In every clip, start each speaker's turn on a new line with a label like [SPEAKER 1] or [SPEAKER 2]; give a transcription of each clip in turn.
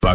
[SPEAKER 1] pas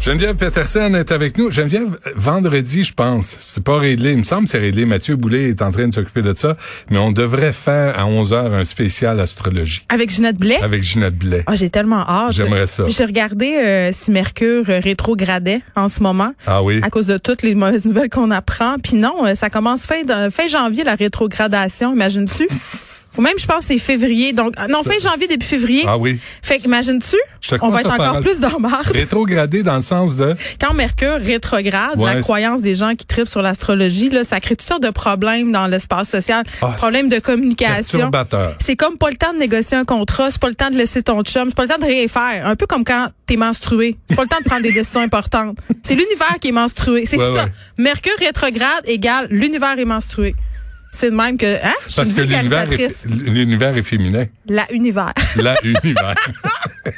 [SPEAKER 2] Geneviève Peterson est avec nous. Geneviève, vendredi, je pense, c'est pas réglé. Il me semble que c'est réglé. Mathieu Boulet est en train de s'occuper de ça. Mais on devrait faire à 11 h un spécial astrologie
[SPEAKER 3] Avec Ginette Blais?
[SPEAKER 2] avec Ginette Blais.
[SPEAKER 3] Ah, j'ai tellement hâte.
[SPEAKER 2] J'aimerais ça.
[SPEAKER 3] J'ai regardé euh, si Mercure euh, rétrogradait en ce moment
[SPEAKER 2] Ah oui.
[SPEAKER 3] à cause de toutes les mauvaises nouvelles qu'on apprend. Puis non, euh, ça commence fin, de- fin janvier la rétrogradation, imagines-tu? Ou même, je pense, que c'est février. Donc, ah, non, fin janvier, début février.
[SPEAKER 2] Ah oui.
[SPEAKER 3] Fait qu'imagines-tu?
[SPEAKER 2] Je te
[SPEAKER 3] On
[SPEAKER 2] crois
[SPEAKER 3] va
[SPEAKER 2] ça
[SPEAKER 3] être
[SPEAKER 2] pas
[SPEAKER 3] encore
[SPEAKER 2] mal.
[SPEAKER 3] plus dans marre.
[SPEAKER 2] Rétrogradé dans le sens de.
[SPEAKER 3] Quand Mercure rétrograde,
[SPEAKER 2] Ouais, c'est-
[SPEAKER 3] la croyance des gens qui tripent sur l'astrologie, là, ça crée toutes sortes de problèmes dans l'espace social.
[SPEAKER 2] Ah,
[SPEAKER 3] problèmes de communication.
[SPEAKER 2] Perturbateur.
[SPEAKER 3] C'est comme pas le temps de négocier un contrat, c'est pas le temps de laisser ton chum, c'est pas le temps de rien faire. Un peu comme quand t'es menstrué. C'est pas le temps de prendre des décisions importantes. C'est l'univers qui est menstrué. C'est
[SPEAKER 2] Ouais,
[SPEAKER 3] ça.
[SPEAKER 2] ouais.
[SPEAKER 3] Mercure rétrograde égale l'univers est menstrué. C'est de même que, hein? Je suis
[SPEAKER 2] Parce
[SPEAKER 3] une
[SPEAKER 2] que l'univers
[SPEAKER 3] vulgarisatrice.
[SPEAKER 2] est, l'univers est féminin.
[SPEAKER 3] La univers.
[SPEAKER 2] La univers.
[SPEAKER 3] Mais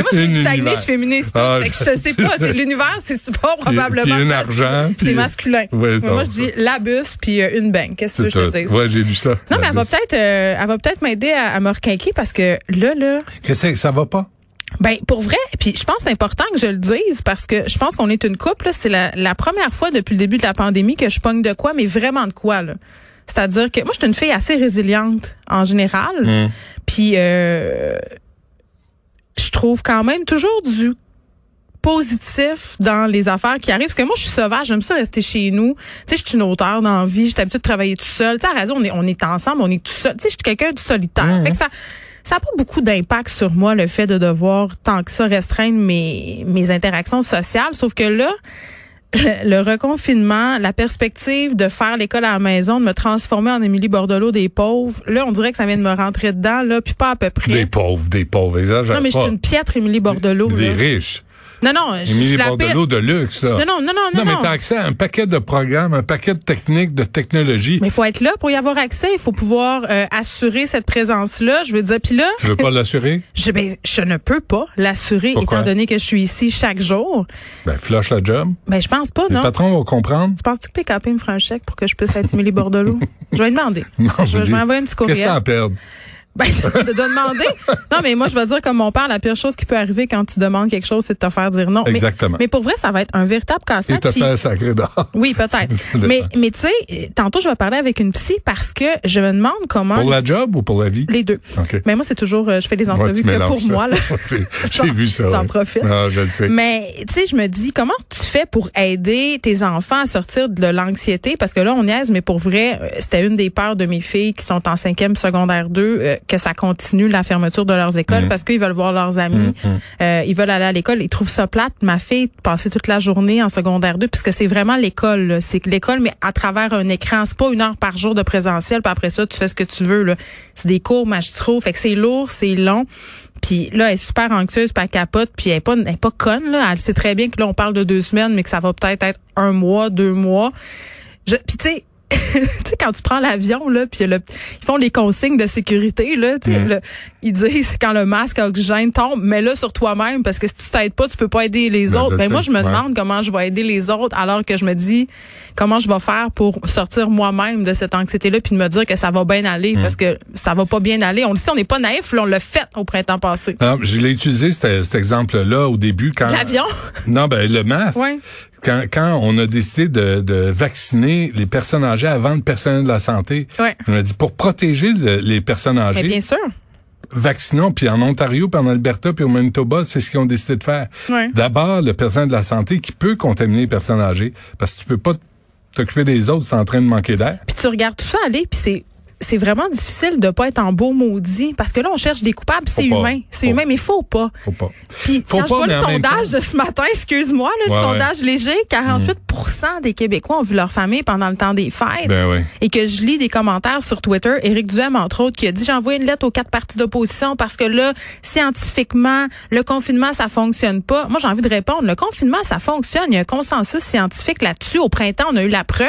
[SPEAKER 3] moi, je suis
[SPEAKER 2] Une
[SPEAKER 3] du Saguenay,
[SPEAKER 2] univers.
[SPEAKER 3] je suis féministe.
[SPEAKER 2] Ah,
[SPEAKER 3] Fait que je sais pas, c'est l'univers, c'est fort
[SPEAKER 2] Puis
[SPEAKER 3] probablement.
[SPEAKER 2] une
[SPEAKER 3] parce que
[SPEAKER 2] argent, puis-
[SPEAKER 3] C'est masculin.
[SPEAKER 2] Ouais,
[SPEAKER 3] Mais moi, je
[SPEAKER 2] ça-
[SPEAKER 3] dis la bus puis euh, une bang. Qu'est-ce que tu veux que je te dise?
[SPEAKER 2] Ouais, j'ai lu ça.
[SPEAKER 3] Non, mais elle va
[SPEAKER 2] Là-dessus.
[SPEAKER 3] peut-être, euh, elle va peut-être m'aider à, à me requinquer parce que là, là,
[SPEAKER 2] Qu'est-ce que ça va pas?
[SPEAKER 3] Ben pour vrai, puis je pense que c'est important que je le dise parce que je pense qu'on est une couple. là. C'est la, la première fois depuis le début de la pandémie que je pogne de quoi, mais vraiment de quoi là. C'est-à-dire que moi, je suis une fille assez résiliente en général,
[SPEAKER 2] Hmm.
[SPEAKER 3] puis euh, je trouve quand même toujours du positif dans les affaires qui arrivent. Parce que moi, je suis sauvage, j'aime ça rester chez nous. Tu sais, je suis une auteure dans la vie, j'ai l'habitude de travailler tout seul. Tu sais, à raison, on est, on est ensemble, on est tout seul. Tu sais, je suis quelqu'un de solitaire. Fait que ça, ça a pas beaucoup d'impact sur moi, le fait de devoir, tant que ça, restreindre mes, mes interactions sociales. Sauf que là, le, le reconfinement, la perspective de faire l'école à la maison, de me transformer en Émilie Bordelot des pauvres, là, on dirait que ça vient de me rentrer dedans, là, puis pas à peu près.
[SPEAKER 2] Des pauvres, des pauvres. Exagère
[SPEAKER 3] Hein? non, mais je suis
[SPEAKER 2] pas.
[SPEAKER 3] une piètre Émilie Bordelot.
[SPEAKER 2] Des
[SPEAKER 3] là.
[SPEAKER 2] riches.
[SPEAKER 3] Non, non, je
[SPEAKER 2] Émilie
[SPEAKER 3] suis la pire.
[SPEAKER 2] Bordelot de luxe, là.
[SPEAKER 3] Non, non, non, non, non.
[SPEAKER 2] mais
[SPEAKER 3] non.
[SPEAKER 2] t'as accès à un paquet de programmes, un paquet de techniques, de technologies.
[SPEAKER 3] Mais il faut être là pour y avoir accès. Il faut pouvoir euh, assurer cette présence-là. Je veux dire, puis là,
[SPEAKER 2] Tu veux pas l'assurer?
[SPEAKER 3] je, ben, je ne peux pas l'assurer
[SPEAKER 2] Pourquoi?
[SPEAKER 3] étant donné que je suis ici chaque jour.
[SPEAKER 2] Ben, flush la job.
[SPEAKER 3] Ben, je pense pas,
[SPEAKER 2] Les
[SPEAKER 3] non.
[SPEAKER 2] patrons vont comprendre.
[SPEAKER 3] Tu penses-tu que PKP me fera un chèque pour que je puisse être Émilie Bordelot? je vais lui demander.
[SPEAKER 2] Non,
[SPEAKER 3] je, vais- je
[SPEAKER 2] Julie,
[SPEAKER 3] vais envoyer un petit
[SPEAKER 2] Qu'est-ce que
[SPEAKER 3] courriel.
[SPEAKER 2] t'en perds?
[SPEAKER 3] Ben, je vais te demander. Non, mais moi, je vais dire comme mon père, la pire chose qui peut arriver quand tu demandes quelque chose, c'est de te faire dire non. Mais-
[SPEAKER 2] Exactement.
[SPEAKER 3] Mais, pour vrai, ça va être un véritable
[SPEAKER 2] Et
[SPEAKER 3] casse-tête.
[SPEAKER 2] t'as
[SPEAKER 3] Ah, puis-
[SPEAKER 2] fait un sacré d'or.
[SPEAKER 3] Oui, peut-être.
[SPEAKER 2] Ça dépend.
[SPEAKER 3] mais mais tu sais, tantôt, je vais parler avec une psy parce que je me demande comment...
[SPEAKER 2] Pour la job ou pour la vie?
[SPEAKER 3] Les deux.
[SPEAKER 2] OK.
[SPEAKER 3] Mais moi, c'est toujours, euh, je fais des
[SPEAKER 2] Ouais,
[SPEAKER 3] entrevues
[SPEAKER 2] tu
[SPEAKER 3] que
[SPEAKER 2] mélanges
[SPEAKER 3] pour
[SPEAKER 2] ça.
[SPEAKER 3] moi. Là.
[SPEAKER 2] J'ai- J'ai vu ça.
[SPEAKER 3] J'en
[SPEAKER 2] ouais.
[SPEAKER 3] profite.
[SPEAKER 2] Ah, je le sais.
[SPEAKER 3] Mais tu sais, je me dis, comment tu fais pour aider tes enfants à sortir de l'anxiété? Parce que là, on niaise, mais pour vrai, euh, c'était une des peurs de mes filles qui sont en cinquième secondaire 2, euh, que ça continue la fermeture de leurs écoles
[SPEAKER 2] Mm.
[SPEAKER 3] parce qu'ils veulent voir leurs amis, euh, ils veulent aller à l'école, ils trouvent ça plate. Ma fille passait toute la journée en secondaire 2, puisque c'est vraiment l'école. là. C'est que l'école, mais à travers un écran, c'est pas une heure par jour de présentiel, puis après ça, tu fais ce que tu veux. là. C'est des cours magistraux, fait que c'est lourd, c'est long. Puis là, elle est super anxieuse, puis elle capote, puis elle est pas, elle est pas conne. Là. Elle sait très bien que là, on parle de deux semaines, mais que ça va peut-être être un mois, deux mois. Je, puis tu sais, tu sais, quand tu prends l'avion, là, puis le- ils font les consignes de sécurité, là, tu sais,
[SPEAKER 2] Mm.
[SPEAKER 3] le- ils disent quand le masque à oxygène tombe, mets-le sur toi-même, parce que si tu t'aides pas, tu peux pas aider les
[SPEAKER 2] Ben, je
[SPEAKER 3] autres. Ben,
[SPEAKER 2] sais,
[SPEAKER 3] moi, je me
[SPEAKER 2] ouais.
[SPEAKER 3] demande comment je vais aider les autres, alors que je me dis comment je vais faire pour sortir moi-même de cette anxiété-là, puis de me dire que ça va bien
[SPEAKER 2] Mm.
[SPEAKER 3] aller, parce que ça va pas bien aller. On le sait, on n'est pas naïf, là, on l'a fait au printemps passé.
[SPEAKER 2] Non, Ah, je l'ai utilisé cet, cet exemple-là au début quand
[SPEAKER 3] L'avion.
[SPEAKER 2] Non, ben le masque.
[SPEAKER 3] Ouais.
[SPEAKER 2] Quand, quand on a décidé de, de vacciner les personnes âgées avant le personnel de la santé,
[SPEAKER 3] Ouais.
[SPEAKER 2] on a dit pour protéger le- les personnes
[SPEAKER 3] Mais
[SPEAKER 2] âgées,
[SPEAKER 3] bien sûr.
[SPEAKER 2] vaccinons. Puis en Ontario, puis en Alberta, puis au Manitoba, c'est ce qu'ils ont décidé de faire.
[SPEAKER 3] Ouais.
[SPEAKER 2] D'abord, le personnel de la santé qui peut contaminer les personnes âgées, parce que tu peux pas t'occuper des autres si t'es en train de manquer d'air.
[SPEAKER 3] Puis tu regardes tout ça aller, puis c'est c'est vraiment difficile de pas être en beau maudit parce que là on cherche des coupables, c'est
[SPEAKER 2] Faut pas.
[SPEAKER 3] humain, c'est
[SPEAKER 2] Faut-
[SPEAKER 3] humain mais faut pas.
[SPEAKER 2] Faut pas.
[SPEAKER 3] Puis
[SPEAKER 2] Faut
[SPEAKER 3] quand
[SPEAKER 2] pas,
[SPEAKER 3] je vois
[SPEAKER 2] mais
[SPEAKER 3] le
[SPEAKER 2] en même
[SPEAKER 3] sondage de ce matin, excuse-moi, là,
[SPEAKER 2] Ouais,
[SPEAKER 3] le
[SPEAKER 2] ouais. Mm.
[SPEAKER 3] sondage léger, 48 des Québécois ont vu leur famille pendant le temps des fêtes.
[SPEAKER 2] Ben oui.
[SPEAKER 3] Et que je lis des commentaires sur Twitter, Éric Duhem, entre autres, qui a dit, j'envoie une lettre aux quatre partis d'opposition parce que là, scientifiquement, le confinement, ça fonctionne pas. Moi, j'ai envie de répondre, le confinement, ça fonctionne. Il y a un consensus scientifique là-dessus. Au printemps, on a eu la preuve.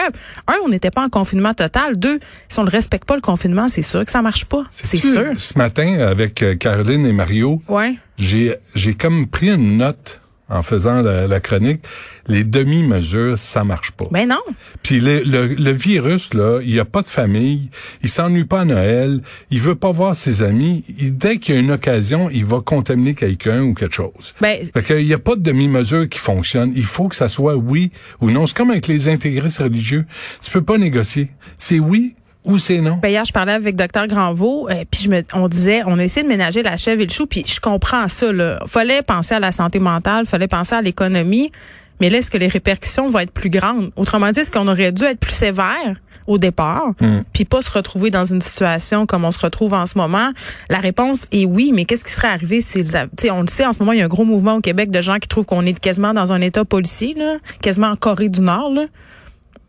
[SPEAKER 3] Un, on n'était pas en confinement total. Deux, si on le respecte pas, le confinement, c'est sûr que ça marche pas. C'est
[SPEAKER 2] Tu-
[SPEAKER 3] sûr.
[SPEAKER 2] Ce matin, avec euh, Caroline et Mario,
[SPEAKER 3] Ouais.
[SPEAKER 2] j'ai j'ai comme pris une note en faisant la, la chronique, les demi-mesures, ça marche pas.
[SPEAKER 3] Mais Ben non.
[SPEAKER 2] Puis le, le, le virus, là, il n'y a pas de famille, il s'ennuie pas à Noël, il veut pas voir ses amis. Il- dès qu'il y a une occasion, il va contaminer quelqu'un ou quelque chose.
[SPEAKER 3] Ben-
[SPEAKER 2] fait qu'il n'y a pas de demi-mesure qui fonctionne. Il faut que ça soit oui ou non. C'est comme avec les intégristes religieux. Tu peux pas négocier. C'est oui ou c'est non.
[SPEAKER 3] Ben, hier, je parlais avec docteur Granvaux, euh, puis je me, on disait, on a essayé de ménager la chèvre et le chou, puis je comprends ça. Là. Fallait penser à la santé mentale, fallait penser à l'économie, mais là, est-ce que les répercussions vont être plus grandes Autrement dit, est-ce qu'on aurait dû être plus sévère au départ,
[SPEAKER 2] Hmm.
[SPEAKER 3] puis pas se retrouver dans une situation comme on se retrouve en ce moment La réponse est oui, mais qu'est-ce qui serait arrivé s'ils, avaient- tu sais, on le sait en ce moment, il y a un gros mouvement au Québec de gens qui trouvent qu'on est quasiment dans un état policier, là, quasiment en Corée du Nord. Là.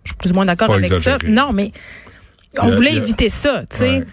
[SPEAKER 3] Je suis plus ou moins d'accord
[SPEAKER 2] Pas
[SPEAKER 3] avec
[SPEAKER 2] exagéré.
[SPEAKER 3] ça. Non, mais on
[SPEAKER 2] Il y a-
[SPEAKER 3] voulait
[SPEAKER 2] il y a-
[SPEAKER 3] éviter ça, tu sais.
[SPEAKER 2] Ouais.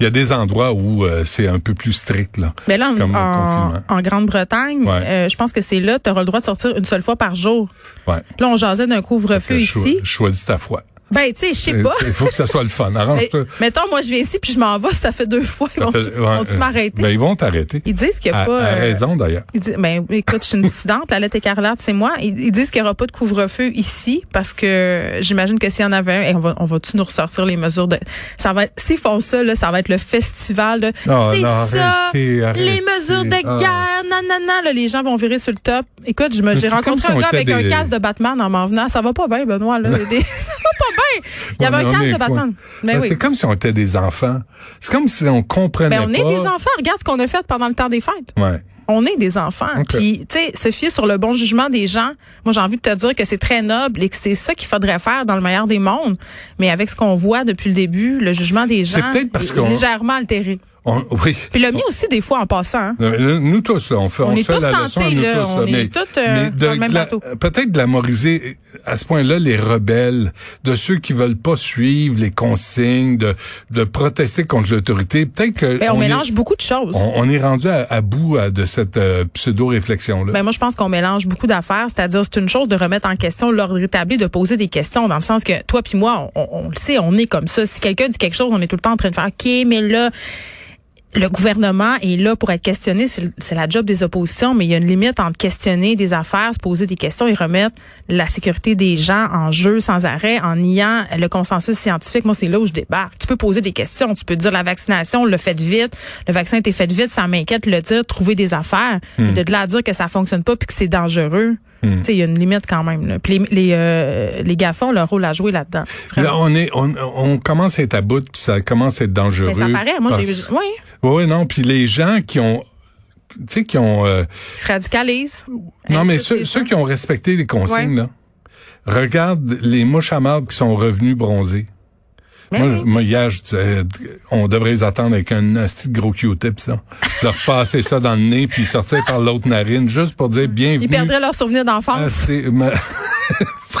[SPEAKER 2] Il y a des endroits où euh, c'est un peu plus strict, là.
[SPEAKER 3] Mais là, en,
[SPEAKER 2] Comme le
[SPEAKER 3] en,
[SPEAKER 2] confinement.
[SPEAKER 3] en Grande-Bretagne,
[SPEAKER 2] Ouais.
[SPEAKER 3] euh, je pense que c'est là, tu auras le droit de sortir une seule fois par jour.
[SPEAKER 2] Ouais.
[SPEAKER 3] Là, on jasait d'un couvre-feu
[SPEAKER 2] Je cho-
[SPEAKER 3] ici.
[SPEAKER 2] je choisis ta foi.
[SPEAKER 3] Ben, tu sais, je sais
[SPEAKER 2] Il
[SPEAKER 3] pas.
[SPEAKER 2] faut que ça soit le fun.
[SPEAKER 3] Mais-
[SPEAKER 2] Arrange-toi.
[SPEAKER 3] mettons, moi, je viens ici, puis je m'en vais, ça fait deux fois. Ils
[SPEAKER 2] Ça
[SPEAKER 3] vont-tu
[SPEAKER 2] fait- ouais,
[SPEAKER 3] vont-tu
[SPEAKER 2] euh,
[SPEAKER 3] m'arrêter?
[SPEAKER 2] Ben, ils vont t'arrêter.
[SPEAKER 3] ils disent qu'il n'y a
[SPEAKER 2] À,
[SPEAKER 3] pas...
[SPEAKER 2] à
[SPEAKER 3] euh,
[SPEAKER 2] raison, d'ailleurs.
[SPEAKER 3] ils disent- ben, écoute, je suis une dissidente, la lettre écarlate, c'est moi. Ils, ils disent qu'il n'y aura pas de couvre-feu ici parce que j'imagine que s'il y en avait un, eh, on va, on va-tu nous ressortir les mesures de... Ça va être, s'ils font ça, là, ça va être le festival. de
[SPEAKER 2] Oh,
[SPEAKER 3] c'est
[SPEAKER 2] non,
[SPEAKER 3] ça,
[SPEAKER 2] arrêtez, arrêtez.
[SPEAKER 3] les mesures de
[SPEAKER 2] Ah.
[SPEAKER 3] guerre, nanana, là, les gens vont virer sur le top. Écoute, je
[SPEAKER 2] Mais
[SPEAKER 3] me, j'ai
[SPEAKER 2] c'est comme
[SPEAKER 3] rencontré
[SPEAKER 2] si
[SPEAKER 3] un
[SPEAKER 2] on
[SPEAKER 3] gars
[SPEAKER 2] était
[SPEAKER 3] avec un
[SPEAKER 2] des-
[SPEAKER 3] casque de Batman en m'en venant. Ça va pas bien, Benoît, là. Il y a des- ça va pas bien. Il y
[SPEAKER 2] Ouais,
[SPEAKER 3] avait
[SPEAKER 2] mais on
[SPEAKER 3] un
[SPEAKER 2] est
[SPEAKER 3] casque de
[SPEAKER 2] quoi?
[SPEAKER 3] Batman. Mais
[SPEAKER 2] Ben,
[SPEAKER 3] oui.
[SPEAKER 2] C'est comme si on était des enfants. C'est comme si on comprenait
[SPEAKER 3] Ben, on
[SPEAKER 2] pas.
[SPEAKER 3] est des enfants. Regarde ce qu'on a fait pendant le temps des fêtes.
[SPEAKER 2] Ouais.
[SPEAKER 3] On est des enfants.
[SPEAKER 2] OK.
[SPEAKER 3] Puis, tu sais, se fier sur le bon jugement des gens, moi, j'ai envie de te dire que c'est très noble et que c'est ça qu'il faudrait faire dans le meilleur des mondes. Mais avec ce qu'on voit depuis le début, le jugement des
[SPEAKER 2] C'est
[SPEAKER 3] gens
[SPEAKER 2] peut-être parce
[SPEAKER 3] est
[SPEAKER 2] qu'on-
[SPEAKER 3] légèrement altéré.
[SPEAKER 2] On- oui.
[SPEAKER 3] Puis le mien aussi, des fois, en passant. hein.
[SPEAKER 2] Non, mais nous- Nous tous, là, on fait,
[SPEAKER 3] On
[SPEAKER 2] on
[SPEAKER 3] est
[SPEAKER 2] se fait
[SPEAKER 3] tous
[SPEAKER 2] la
[SPEAKER 3] tentés,
[SPEAKER 2] leçon, nous
[SPEAKER 3] là,
[SPEAKER 2] tous,
[SPEAKER 3] on est
[SPEAKER 2] mais,
[SPEAKER 3] tous, euh,
[SPEAKER 2] mais de
[SPEAKER 3] dans le même
[SPEAKER 2] gla-
[SPEAKER 3] bateau.
[SPEAKER 2] peut-être glamoriser à ce point-là les rebelles, de ceux qui veulent pas suivre les consignes, de, de protester contre l'autorité. Peut-être que
[SPEAKER 3] Ben, on,
[SPEAKER 2] on est-
[SPEAKER 3] mélange beaucoup de choses.
[SPEAKER 2] on, on est rendu à, à bout à- de cette euh, pseudo-réflexion-là.
[SPEAKER 3] Ben moi, je pense qu'on mélange beaucoup d'affaires, c'est-à-dire c'est une chose de remettre en question l'ordre établi, de poser des questions, dans le sens que toi puis moi, on, on- on le sait, on est comme ça. Si quelqu'un dit quelque chose, on est tout le temps en train de faire OK, mais là, le gouvernement est là pour être questionné. C'est le- c'est la job des oppositions, mais il y a une limite entre questionner des affaires, se poser des questions et remettre la sécurité des gens en jeu sans arrêt, en niant le consensus scientifique. Moi, c'est là où je débarque. Tu peux poser des questions. Tu peux dire la vaccination, le fait vite. Le vaccin a été fait vite, ça m'inquiète. Le dire, trouver des affaires.
[SPEAKER 2] Hmm.
[SPEAKER 3] Mais De là à dire que ça fonctionne pas puis que c'est dangereux. Tu sais, il y a une limite quand même. là. Puis les, les, euh, les GAFA ont leur rôle à jouer là-dedans. Vraiment.
[SPEAKER 2] Là, on est, on, on commence à être à bout, puis ça commence à être dangereux.
[SPEAKER 3] Mais Ben, ça paraît. Moi, j'ai
[SPEAKER 2] Parce-
[SPEAKER 3] Oui,
[SPEAKER 2] Oui, non, puis les gens qui ont, tu sais, qui ont, euh,
[SPEAKER 3] ils se radicalisent.
[SPEAKER 2] non, mais
[SPEAKER 3] Insulte les
[SPEAKER 2] ceux,
[SPEAKER 3] gens.
[SPEAKER 2] ceux qui ont respecté les consignes,
[SPEAKER 3] Ouais.
[SPEAKER 2] là, regarde les mouches à marde qui sont revenues bronzées.
[SPEAKER 3] Mais
[SPEAKER 2] Moi,
[SPEAKER 3] Ben oui.
[SPEAKER 2] je- moi, hier, je disais, euh, on devrait les attendre avec un petit gros Q-tip, ça. Leur passer ça dans le nez, puis sortir par l'autre narine, juste pour dire bienvenue.
[SPEAKER 3] Ils perdraient leur souvenir
[SPEAKER 2] Ah,
[SPEAKER 3] d'enfance.
[SPEAKER 2] c'est ma-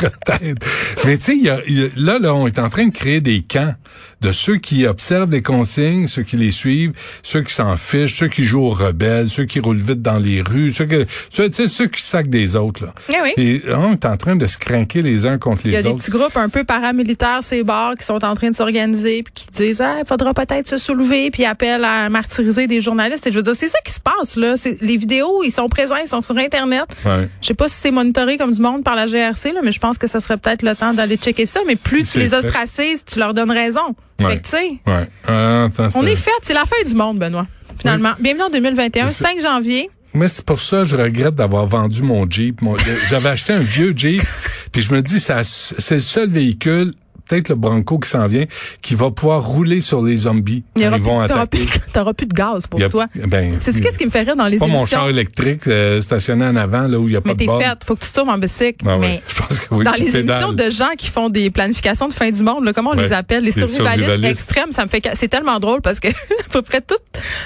[SPEAKER 2] Peut-être. Mais tu sais, il y a- il y a- là, là, on est en train de créer des camps de ceux qui observent les consignes, ceux qui les suivent, ceux qui s'en fichent, ceux qui jouent aux rebelles, ceux qui roulent vite dans les rues, ceux qui, ceux, tu sais, ceux qui sacent des autres. Là.
[SPEAKER 3] Eh oui.
[SPEAKER 2] Et là, on est en train de se craquer les uns contre les
[SPEAKER 3] Il y a
[SPEAKER 2] autres.
[SPEAKER 3] des petits groupes un peu paramilitaires, ces bars, qui sont en train de s'organiser, puis qui disent, il faudra peut-être se soulever, puis appellent à martyriser des journalistes. Et je veux dire, c'est ça qui se passe, là. C'est- Les vidéos, ils sont présents, ils sont sur Internet.
[SPEAKER 2] Ouais.
[SPEAKER 3] Je sais pas si c'est monitoré comme du monde par la GRC, là, mais je pense que ça serait peut-être le temps d'aller checker ça. Mais plus tu
[SPEAKER 2] C'est
[SPEAKER 3] les
[SPEAKER 2] fait.
[SPEAKER 3] ostracises, tu leur donnes raison.
[SPEAKER 2] Ouais.
[SPEAKER 3] Fait que, tu sais,
[SPEAKER 2] Ouais. Ah, attends,
[SPEAKER 3] on
[SPEAKER 2] c'est-
[SPEAKER 3] est fait. C'est la fin du monde, Benoît. Finalement. Bienvenue en 2021, 5 janvier.
[SPEAKER 2] Mais c'est pour ça que je regrette d'avoir vendu mon Jeep. Mon- le- J'avais acheté un vieux Jeep, puis je me dis, ça, c'est le seul véhicule, peut-être le Bronco qui s'en vient, qui va pouvoir rouler sur les zombies
[SPEAKER 3] Il y
[SPEAKER 2] quand
[SPEAKER 3] aura
[SPEAKER 2] ils vont
[SPEAKER 3] plus- T'auras
[SPEAKER 2] attaquer.
[SPEAKER 3] plus, t'auras plus de gaz pour
[SPEAKER 2] Il y a-
[SPEAKER 3] toi.
[SPEAKER 2] ben,
[SPEAKER 3] Sais-tu qu'est-ce qui me fait rire dans les
[SPEAKER 2] Pas mon
[SPEAKER 3] émissions?
[SPEAKER 2] char électrique euh, stationné en avant, là où il n'y a pas
[SPEAKER 3] mais
[SPEAKER 2] de
[SPEAKER 3] t'es
[SPEAKER 2] borne.
[SPEAKER 3] faite. Faut que tu tournes en bicycle.
[SPEAKER 2] Ah ouais,
[SPEAKER 3] mais
[SPEAKER 2] je pense que oui,
[SPEAKER 3] dans
[SPEAKER 2] tu
[SPEAKER 3] les
[SPEAKER 2] pédales.
[SPEAKER 3] émissions de gens qui font des planifications de fin du monde, là, comment on
[SPEAKER 2] Ouais,
[SPEAKER 3] les appelle,
[SPEAKER 2] les
[SPEAKER 3] les survivalistes,
[SPEAKER 2] survivalistes.
[SPEAKER 3] extrêmes, ça me fait ca- c'est tellement drôle parce que à peu près toutes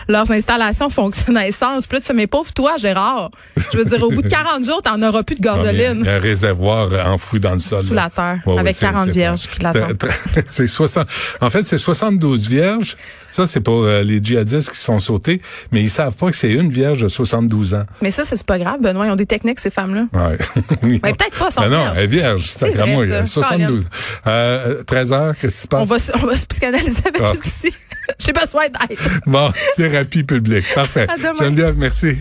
[SPEAKER 3] leurs installations fonctionnent à essence. Puis là, tu fais, mais pauvre toi, Gérard. Je veux dire, au bout de 40 jours, t'en auras plus de
[SPEAKER 2] Ah, mais
[SPEAKER 3] gasoline.
[SPEAKER 2] Il y a un réservoir euh, enfoui dans le sol.
[SPEAKER 3] Sous
[SPEAKER 2] là.
[SPEAKER 3] la terre, avec
[SPEAKER 2] c'est-
[SPEAKER 3] 40
[SPEAKER 2] c'est-
[SPEAKER 3] vierges qui l'attendent.
[SPEAKER 2] Tra- tra- C'est 60. En fait, c'est 72 vierges. Ça, c'est pour euh, les djihadistes qui se font sauter, mais ils savent pas que c'est une vierge de 72 ans.
[SPEAKER 3] Mais ça, c'est pas grave, Benoît. Ils ont des techniques, ces femmes-là.
[SPEAKER 2] Ouais.
[SPEAKER 3] Mais peut-être pas, son
[SPEAKER 2] Ben non,
[SPEAKER 3] vierge.
[SPEAKER 2] elle est vierge.
[SPEAKER 3] C'est
[SPEAKER 2] sacrément,
[SPEAKER 3] vrai,
[SPEAKER 2] il y a
[SPEAKER 3] ça.
[SPEAKER 2] 72. hein, Euh, 13 heures, qu'est-ce qui se passe?
[SPEAKER 3] On va, se- on va se psychanalyser avec
[SPEAKER 2] Ah.
[SPEAKER 3] eux aussi. J'ai besoin d'aide.
[SPEAKER 2] Bon, thérapie publique. Parfait.
[SPEAKER 3] À demain.
[SPEAKER 2] Geneviève, merci.